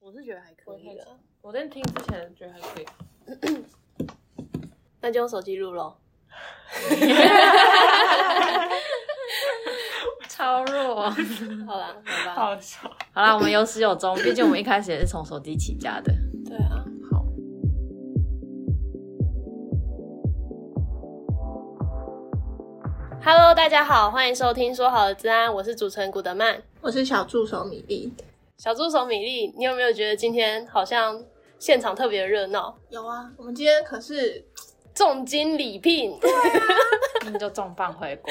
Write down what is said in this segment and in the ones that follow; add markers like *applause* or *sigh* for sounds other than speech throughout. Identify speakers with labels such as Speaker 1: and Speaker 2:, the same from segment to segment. Speaker 1: 我是觉得还可
Speaker 2: 我
Speaker 1: 以啊
Speaker 2: 太
Speaker 1: 了。
Speaker 2: 长。我在听之前觉得还可以。
Speaker 3: 那就用手机录咯。
Speaker 4: 超 *laughs* 弱。
Speaker 1: 嗯
Speaker 3: 好啦，好吧。
Speaker 2: 好笑。
Speaker 4: 好啦，我们有始有终，毕竟我们一开始也是从手机起家 *laughs* 的。
Speaker 3: 对啊，
Speaker 4: 好。
Speaker 3: Hello，大家好，欢迎收听《说好的治安》，我是主持人古德曼。
Speaker 1: 我是小助手米粒，
Speaker 3: 小助手米粒，你有没有觉得今天好像现场特别热闹？
Speaker 1: 有啊，我们今天可是
Speaker 3: 重金礼聘， *laughs*
Speaker 4: 那就重磅回归，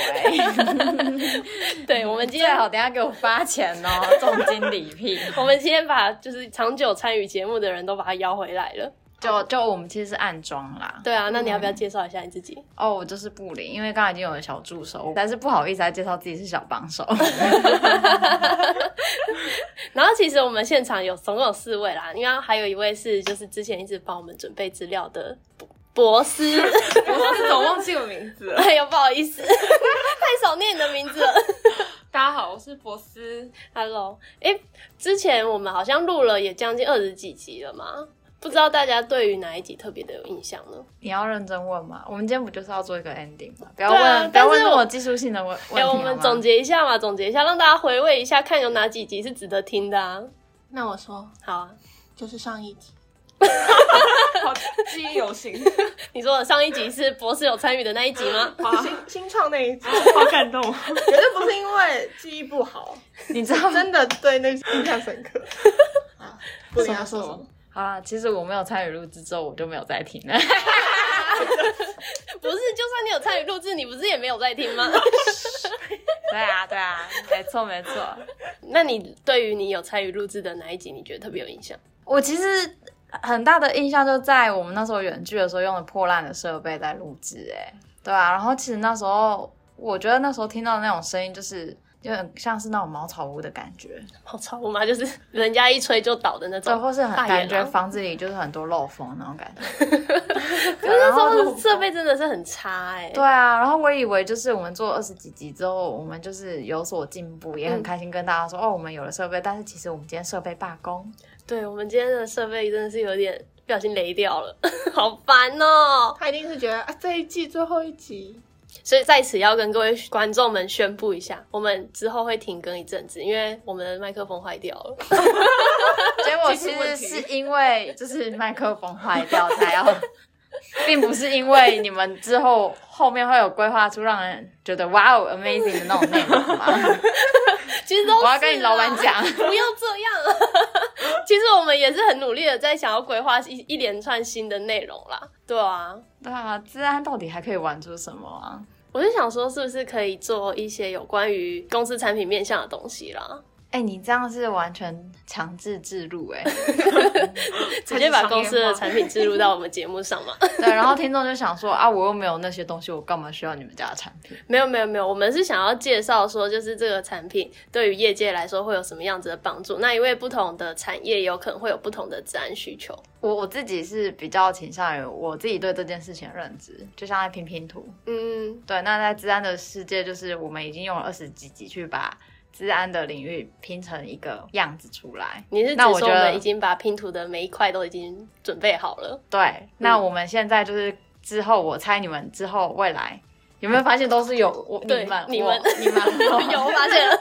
Speaker 3: 对我们今
Speaker 4: 最
Speaker 3: 天
Speaker 4: 好等一下给我发钱 *laughs* 哦，重金礼聘。
Speaker 3: 我们今天把就是长久参与节目的人都把他邀回来了。
Speaker 4: 就就我们其实是暗装啦，
Speaker 3: 对啊，那你要不要介绍一下你自己？
Speaker 4: 哦，我就是布林，因为刚才已经有了小助手，但是不好意思，还介绍自己是小帮手。
Speaker 3: 然后其实我们现场有总共有四位啦，因为还有一位是就是之前一直帮我们准备资料的博博斯， *laughs*
Speaker 2: 我是总忘记我名
Speaker 4: *laughs*
Speaker 2: 字了。
Speaker 3: 哎呦不好意思， *laughs* 太少念你的名字了。
Speaker 2: 大家好，我是博斯。
Speaker 3: Hello，哎、之前我们好像录了也将近二十几集了嘛，不知道大家对于哪一集特别的有印象呢？
Speaker 4: 你要认真问吗？我们今天不就是要做一个 ending 吗？不要
Speaker 3: 对
Speaker 4: 问，
Speaker 3: 啊
Speaker 4: 不要
Speaker 3: 但
Speaker 4: 问
Speaker 3: 是
Speaker 4: 那
Speaker 3: 我
Speaker 4: 么技术性的问
Speaker 3: 哎、
Speaker 4: 问题
Speaker 3: 我们
Speaker 4: 好吗啊
Speaker 3: 总结一下嘛，总结一下，让大家回味一下，看有哪几集是值得听的啊。
Speaker 1: 那我说
Speaker 3: 好啊，
Speaker 1: 就是上一集，
Speaker 2: 好，记忆犹新。
Speaker 3: 你说的上一集是博士有参与的那一集
Speaker 4: *laughs*
Speaker 3: 吗？
Speaker 1: 新新创那一集，
Speaker 2: 好感动。
Speaker 1: 绝对不是因为记忆不好，
Speaker 4: 你知道吗？
Speaker 1: 真的对那集印象深刻。
Speaker 2: *laughs*
Speaker 1: 啊，不知道说什么，
Speaker 4: 好啦，其实我没有参与录制之后，我就没有再听了。
Speaker 3: 不是，就算你有参与录制，你不是也没有在听吗？ *laughs*
Speaker 4: 对啊，对啊，没错没错。
Speaker 3: 那你对于你有参与录制的哪一集，你觉得特别有印象？
Speaker 4: 我其实很大的印象就在我们那时候远距的时候用的破烂的设备在录制，哎，对啊。然后其实那时候我觉得那时候听到那种声音，就是有点像是那种茅草屋的感觉，
Speaker 3: 好吵我妈就是人家一吹就倒的那
Speaker 4: 对，
Speaker 3: 种，
Speaker 4: 或是很
Speaker 3: 大野
Speaker 4: 感觉
Speaker 3: 狼
Speaker 4: 房子里就是很多漏风那种感觉。 *laughs*
Speaker 3: 可是那时
Speaker 4: 哦
Speaker 3: 候设备真的是很差哎、
Speaker 4: 对啊，然后我以为就是我们做二十几集之后，我们就是有所进步，也很开心跟大家说、哦，我们有了设备，但是其实我们今天设备罢工，
Speaker 3: 对，我们今天的设备真的是有点不小心雷掉了， *laughs* 好烦哦、
Speaker 1: 他一定是觉得啊这一季最后一集，
Speaker 3: 所以在此要跟各位观众们宣布一下，我们之后会停更一阵子，因为我们的麦克风坏掉了。
Speaker 4: *laughs* 结果
Speaker 2: 技
Speaker 4: 其
Speaker 2: 术问
Speaker 4: 实
Speaker 2: 题
Speaker 4: 是因为就是麦克风坏掉才 *laughs* 要，并不是因为你们之后后面会有规划出让人觉得哇哦 amazing 的那种内容嘛。 *laughs*
Speaker 3: 其实都
Speaker 4: 我要跟
Speaker 3: 是
Speaker 4: 你老板
Speaker 3: 啦
Speaker 4: 讲
Speaker 3: 不要这样。啊 *laughs* 其实我们也是很努力的在想要规划一一连串新的内容啦。对啊，
Speaker 4: 对啊，治安到底还可以玩出什么啊？
Speaker 3: 我就想说，是不是可以做一些有关于公司产品面向的东西啦？
Speaker 4: 哎、你这样是完全强制置入 *laughs* 哎、
Speaker 3: 直接把公司的产品植入到我们节目上嘛？
Speaker 4: 对，然后听众就想说啊，我又没有那些东西，我干嘛需要你们家的产品？
Speaker 3: 没有没有没有，我们是想要介绍说，就是这个产品对于业界来说会有什么样子的帮助。那因为不同的产业有可能会有不同的治安需求。
Speaker 4: 我我自己是比较倾向于我自己对这件事情的认知，就像在拼拼图。
Speaker 3: 嗯，
Speaker 4: 对，那在治安的世界，就是我们已经用了二十几集去把治安的领域拼成一个样子出来。
Speaker 3: 你是指
Speaker 4: 那我
Speaker 3: 说
Speaker 4: 觉
Speaker 3: 我
Speaker 4: 得
Speaker 3: 们已经把拼图的每一块都已经准备好了？
Speaker 4: 对，那我们现在就是之后，我猜你们之后未来有没有发现都是有我你
Speaker 3: 对
Speaker 4: 们
Speaker 3: 你
Speaker 4: 我
Speaker 3: 们
Speaker 4: 你们
Speaker 3: 有我发现了，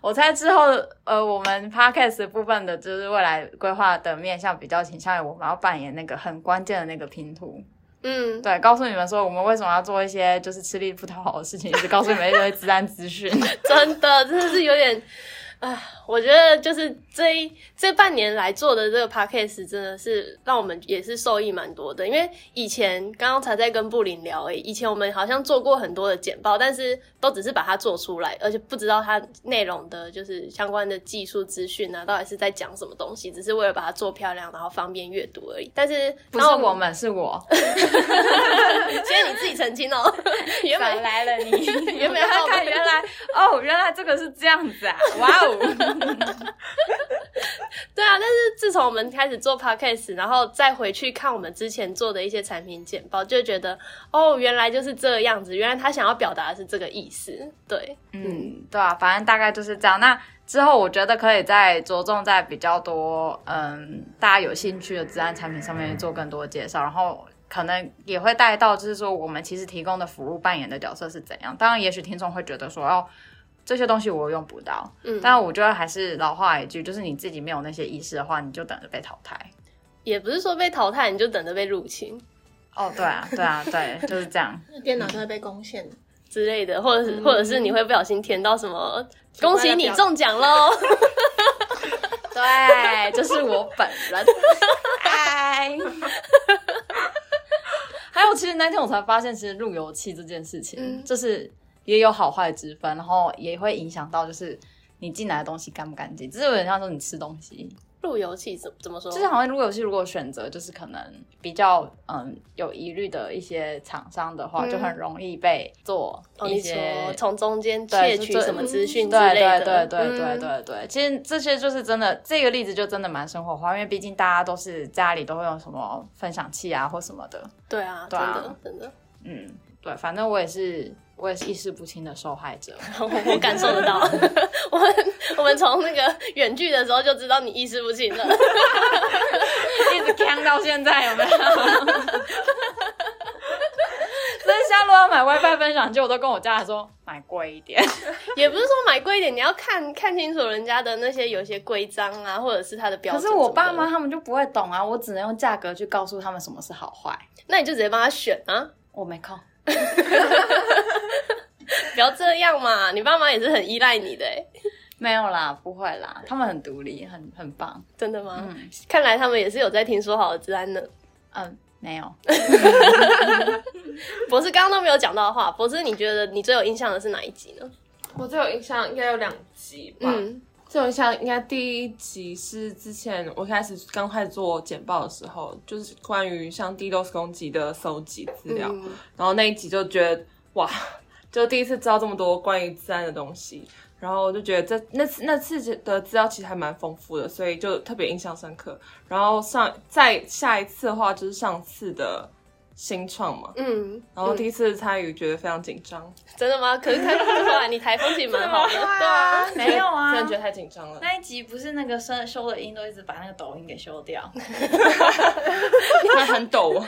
Speaker 4: 我猜之后，呃，我们 podcast 部分的，就是未来规划的面向比较倾向于我们要扮演那个很关键的那个拼图。
Speaker 3: *laughs* 嗯，
Speaker 4: 对，告诉你们说我们为什么要做一些就是吃力不讨好的事情，就是告诉你们一堆治安资讯。
Speaker 3: *laughs* 真的真的是有点，唉，我觉得就是这一这半年来做的这个 podcast 真的是让我们也是受益蛮多的，因为以前刚刚才在跟布林聊诶，以前我们好像做过很多的简报，但是都只是把它做出来，而且不知道它内容的就是相关的技术资讯啊，到底是在讲什么东西，只是为了把它做漂亮，然后方便阅读而已。但是
Speaker 4: 不是
Speaker 3: 当
Speaker 4: 我，们，是我。
Speaker 3: *laughs* 现在你自己澄清哦，原
Speaker 4: 少
Speaker 3: 本
Speaker 4: 来了你？ *laughs* 原本
Speaker 3: 要
Speaker 4: 要
Speaker 3: 看
Speaker 4: 看，原来 *laughs* 哦，原来这个是这样子啊！哇哦，
Speaker 3: 对啊，但是自从我们开始做 podcast，然后再回去看我们之前做的一些产品简报，就觉得哦，原来就是这样子，原来他想要表达的是这个意思。对，
Speaker 4: 嗯，对啊，反正大概就是这样。那之后我觉得可以再着重在比较多，嗯，大家有兴趣的自然产品上面做更多介绍，然后可能也会带到，就是说我们其实提供的服务扮演的角色是怎样。当然，也许听众会觉得说，哦，这些东西我用不到，
Speaker 3: 嗯
Speaker 4: 但我觉得还是老话一句，就是你自己没有那些意识的话，你就等着被淘汰。
Speaker 3: 也不是说被淘汰你就等着被入侵
Speaker 4: 哦，对啊，对啊，对，就是这样。
Speaker 1: 电脑就会被攻陷。
Speaker 3: 之类的，或者
Speaker 4: 嗯
Speaker 3: 是、或者是你会不小心填到什么，恭喜你
Speaker 1: 表
Speaker 3: 中奖 *laughs* 喽！
Speaker 4: 对，就是我本
Speaker 3: *laughs*
Speaker 4: 人。哎， *laughs* 还有，其实那天我才发现，其实路由器这件事情，
Speaker 3: 嗯
Speaker 4: 就是也有好坏之分，然后也会影响到就是你进来的东西干不干净。只是有点像说你吃东西，
Speaker 3: 路由器怎怎么说？哦
Speaker 4: 就是好像路由器如果选择就是可能比较嗯有疑虑的一些厂商的话，
Speaker 3: 嗯
Speaker 4: 就很容易被做
Speaker 3: 哦，
Speaker 4: 一
Speaker 3: 你
Speaker 4: 些、
Speaker 3: 说从中间
Speaker 4: 对
Speaker 3: 窃取
Speaker 4: 就嗯
Speaker 3: 什么资讯之
Speaker 4: 对
Speaker 3: 类
Speaker 4: 对
Speaker 3: 的，
Speaker 4: 对对对
Speaker 3: 嗯
Speaker 4: 对对，其实这些就是真的，这个例子就真的蛮生活化，因为毕竟大家都是家里都会用什么分享器啊或什么的，
Speaker 3: 对啊，
Speaker 4: 对
Speaker 3: 真
Speaker 4: 啊
Speaker 3: 的真的，
Speaker 4: 嗯，对，反正我也是我也是意识不清的受害者， *laughs*
Speaker 3: *laughs* 我我感受得到。我们我们从那个远距的时候就知道你意识不清了。
Speaker 4: 一直扛到现在有没有？ *laughs* 所以现在如果要买 WiFi 分享器，我都跟我家人说买贵一点。
Speaker 3: 也不是说买贵一点，你要看看清楚人家的那些有些规章啊，或者是他的标
Speaker 4: 可
Speaker 3: 准。
Speaker 4: *laughs* 是我爸妈，他们就不会懂啊，我只能用价格去告诉他们什么是好坏。
Speaker 3: 那你就直接帮他选啊，
Speaker 4: 我没空。
Speaker 3: 不要这样嘛，你爸妈也是很依赖你的、欸，
Speaker 4: 没有啦，不会啦，他们很独立，很很棒。
Speaker 3: 真的吗？
Speaker 4: 嗯
Speaker 3: 看来他们也是有在听说好的治安呢。
Speaker 4: 嗯，没有。
Speaker 3: 博士刚刚都没有讲到的话，博士你觉得你最有印象的是哪一集呢？
Speaker 2: 我最有印象应该有两集吧。
Speaker 3: 嗯，
Speaker 2: 最有印象应该第一集是之前我开始刚开始做简报的时候，就是关于像 DDoS 攻击的搜集资料，
Speaker 3: 嗯
Speaker 2: 然后那一集就觉得哇， *laughs* 就第一次知道这么多关于治安的东西，然后就觉得这那次那次的资料其实还蛮丰富的，所以就特别印象深刻。然后上再下一次的话就是上次的新创嘛，
Speaker 3: 嗯，
Speaker 2: 然后第一次参与觉得非常紧张，
Speaker 3: 真的吗？可是看不出来，你台风其实蛮好的。
Speaker 4: 对
Speaker 2: *laughs*
Speaker 4: 啊，没有啊
Speaker 2: 真的觉得太紧
Speaker 1: *laughs*
Speaker 2: 张了。
Speaker 4: *laughs* 那一集不是那个修修的音都一直把那个抖音给修掉，
Speaker 1: 啊
Speaker 2: 他很抖，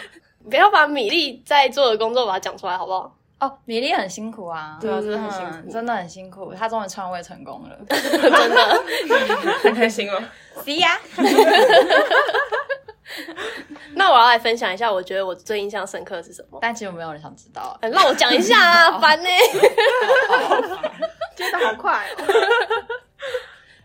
Speaker 3: 不要把米粒在做的工作把它讲出来，好不好？
Speaker 4: *laughs* 哦，米粒很辛苦啊，
Speaker 2: 对啊真的很辛苦
Speaker 4: 嗯真的很辛苦，她终于篡位成功了。
Speaker 3: 真的，
Speaker 2: 很开心吗？
Speaker 4: *laughs* See ya。
Speaker 3: 那我要来分享一下，我觉得我最印象深刻的是什么？
Speaker 4: *laughs* 但其实没有人想知道。
Speaker 3: 嗯让我讲一下
Speaker 4: *laughs*
Speaker 3: 啊，烦呢、
Speaker 1: 接的好快、哦，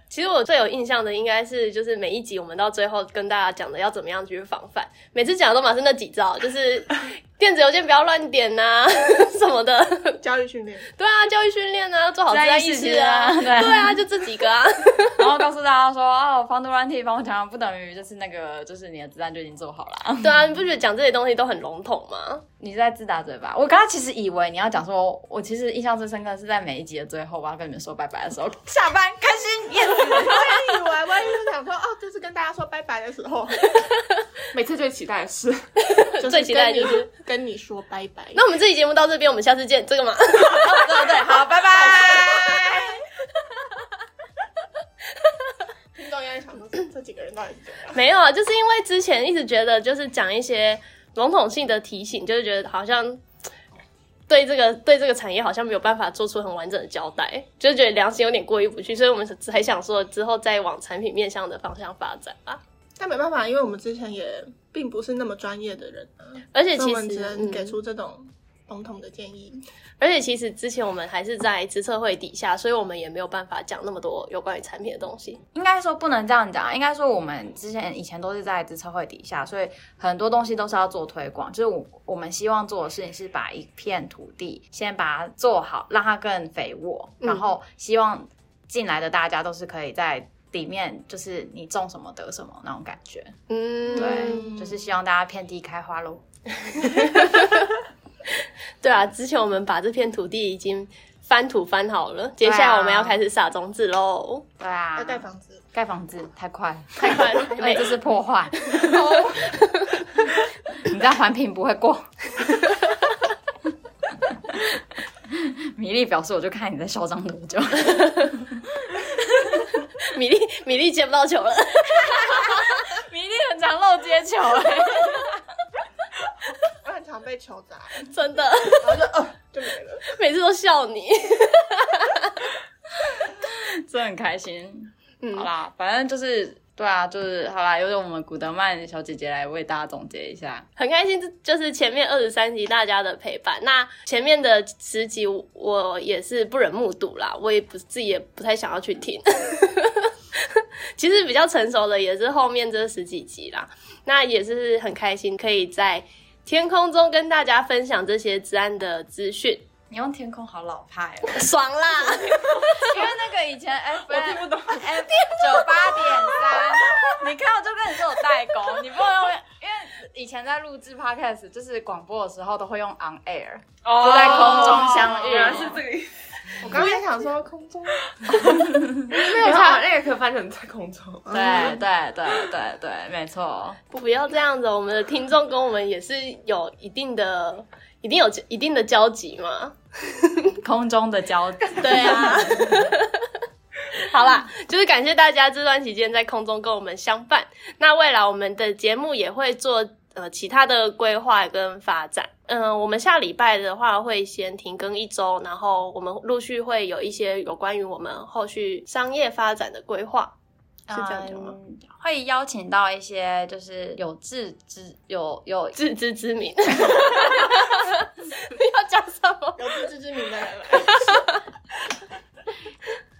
Speaker 3: 其实我最有印象的应该是，就是每一集我们到最后跟大家讲的要怎么样去防范，每次讲的都嘛是那几招，就是
Speaker 4: *laughs*
Speaker 3: 电子邮件不要乱点呐、 *laughs* 什么的。
Speaker 1: 教育训练，
Speaker 3: 对啊，教育训练啊，做好自
Speaker 4: 专业
Speaker 3: 然意
Speaker 4: 事
Speaker 3: 识
Speaker 4: 情
Speaker 3: 啊，
Speaker 4: 啊
Speaker 3: 对
Speaker 4: 对啊
Speaker 3: 啊，就这几个啊。
Speaker 4: *laughs*
Speaker 3: *laughs*
Speaker 4: 然后告诉大家说，哦，防毒软体、防火墙不等于就是那个，就是你的子弹就已经做好了。
Speaker 3: 对啊，你不觉得讲这些东西都很笼统吗？
Speaker 4: 你是在自打嘴巴。我刚刚其实以为你要讲说，我其实印象最深刻是在每一集的最后，我要跟你们说拜拜 *laughs* 的时候，下班开心 yes。
Speaker 1: 我也以为，我也是想说，哦，这是跟大家说拜拜的时候，
Speaker 2: *laughs* 每次最期待的是，
Speaker 1: 就是
Speaker 3: *laughs* 最期待的
Speaker 1: 跟
Speaker 3: 就
Speaker 1: 你
Speaker 3: 是
Speaker 1: 跟你说拜拜。
Speaker 3: 那我们这期节目到这边，我们下次见。这个嘛，
Speaker 4: 对对，好，拜 *laughs* 拜。
Speaker 1: 听众应该想说，这这几个人到底是怎样？
Speaker 3: 没有啊，就是因为之前一直觉得就是讲一些笼统性的提醒，就是觉得好像对这个对这个产业好像没有办法做出很完整的交代，就是觉得良心有点过意不去，所以我们才想说之后再往产品面向的方向发展啊。
Speaker 1: 但没办法，因为我们之前也并不是那么专业的人，
Speaker 3: 而且
Speaker 1: 所以
Speaker 3: 其
Speaker 1: 我们只
Speaker 3: 实，
Speaker 1: 能给
Speaker 3: 嗯，
Speaker 1: 出这种笼统的建议。
Speaker 3: 而且其实之前我们还是在职测会底下，所以我们也没有办法讲那么多有关于产品的东西。
Speaker 4: 应该说不能这样讲，应该说我们之前以前都是在自测会底下，所以很多东西都是要做推广。就是我我们希望做的事情是把一片土地先把它做好，让它更肥沃，
Speaker 3: 嗯
Speaker 4: 然后希望进来的大家都是可以在里面，就是你种什么得什么那种感觉。
Speaker 3: 嗯，
Speaker 4: 对，
Speaker 1: 嗯
Speaker 4: 就是希望大家遍地开花喽。
Speaker 3: 对啊，之前我们把这片土地已经翻土翻好了，接
Speaker 1: 啊
Speaker 3: 下来我们要开始撒种子喽。
Speaker 4: 对啊
Speaker 1: 要，盖房子，
Speaker 4: 盖房子太快了，
Speaker 3: 太
Speaker 1: *laughs*
Speaker 3: 快了，
Speaker 1: 哎
Speaker 4: 因为这是破坏。 *laughs* 你这样环评不会过。 *laughs* 米粒表示，我就看你在嚣张多久。
Speaker 3: *laughs* 米粒米粒接不到球了，
Speaker 4: 米粒很常漏接球、欸，
Speaker 1: 我很常被球砸，
Speaker 3: 真的，
Speaker 1: 然后就哦就没了。
Speaker 3: *laughs* 每次都笑你。
Speaker 4: *laughs*
Speaker 3: *laughs*
Speaker 4: 真的很开心。
Speaker 3: 嗯
Speaker 4: 好啦，反正就是对啊，就是好啦，有点我们古德曼小姐姐来为大家总结一下。
Speaker 3: 很开心，这就是前面二十三集大家的陪伴。那前面的十集我我也是不忍目睹啦，我也不自己也不太想要去听。 *laughs* 其实比较成熟的也是后面这十几集啦，那也是很开心可以在天空中跟大家分享这些治安的资讯，
Speaker 4: 你用天空好老派、哦，
Speaker 3: 爽啦！
Speaker 4: 因为那个以前 F
Speaker 2: 我听不懂
Speaker 4: F 九八点三，你看我就跟你说我代沟，你不能用，因为以前在录制 podcast 就是广播的时候都会用 on air，
Speaker 2: 哦
Speaker 4: 在空中相遇
Speaker 2: 原来是这个意思。
Speaker 1: 我刚才想说空中，
Speaker 2: 没有差，那个可翻成在空中。
Speaker 4: 对对对对对，没错，
Speaker 3: 不要这样子，我们的听众跟我们也是有一定的、一定有一定的交集嘛。
Speaker 4: 空中的交集，
Speaker 3: 对啊。 *laughs* 好啦，就是感谢大家这段期间在空中跟我们相伴。那未来我们的节目也会做呃其他的规划跟发展。嗯、我们下礼拜的话会先停更一周，然后我们陆续会有一些有关于我们后续商业发展的规划。是这样讲吗？
Speaker 4: 嗯会邀请到一些就是有志之有有
Speaker 3: 自知之明， *laughs* 要讲什么？
Speaker 1: 有自知之明的人来，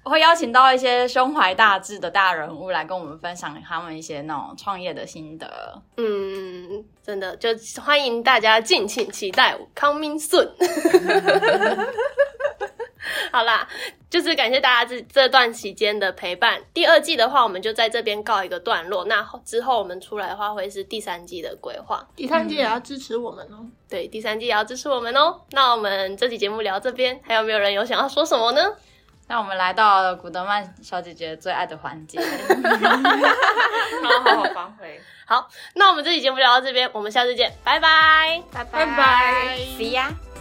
Speaker 4: 会邀请到一些胸怀大志的大人物来跟我们分享他们一些那种创业的心得。
Speaker 3: 嗯，真的就欢迎大家敬请期待，coming soon。好啦，就是感谢大家这这段期间的陪伴。第二季的话，我们就在这边告一个段落。那后之后我们出来的话，会是第三季的规划。
Speaker 1: *laughs* 第三季也要支持我们哦。
Speaker 3: 对，第三季也要支持我们哦。那我们这期节目聊这边，还有没有人有想要说什么呢？
Speaker 4: 那我们来到了古德曼小姐姐最爱的环节，
Speaker 2: 好好好，发挥。
Speaker 3: 好，那我们这期节目聊到这边，我们下次见，拜拜。
Speaker 4: 拜
Speaker 2: 拜拜
Speaker 4: ，See ya。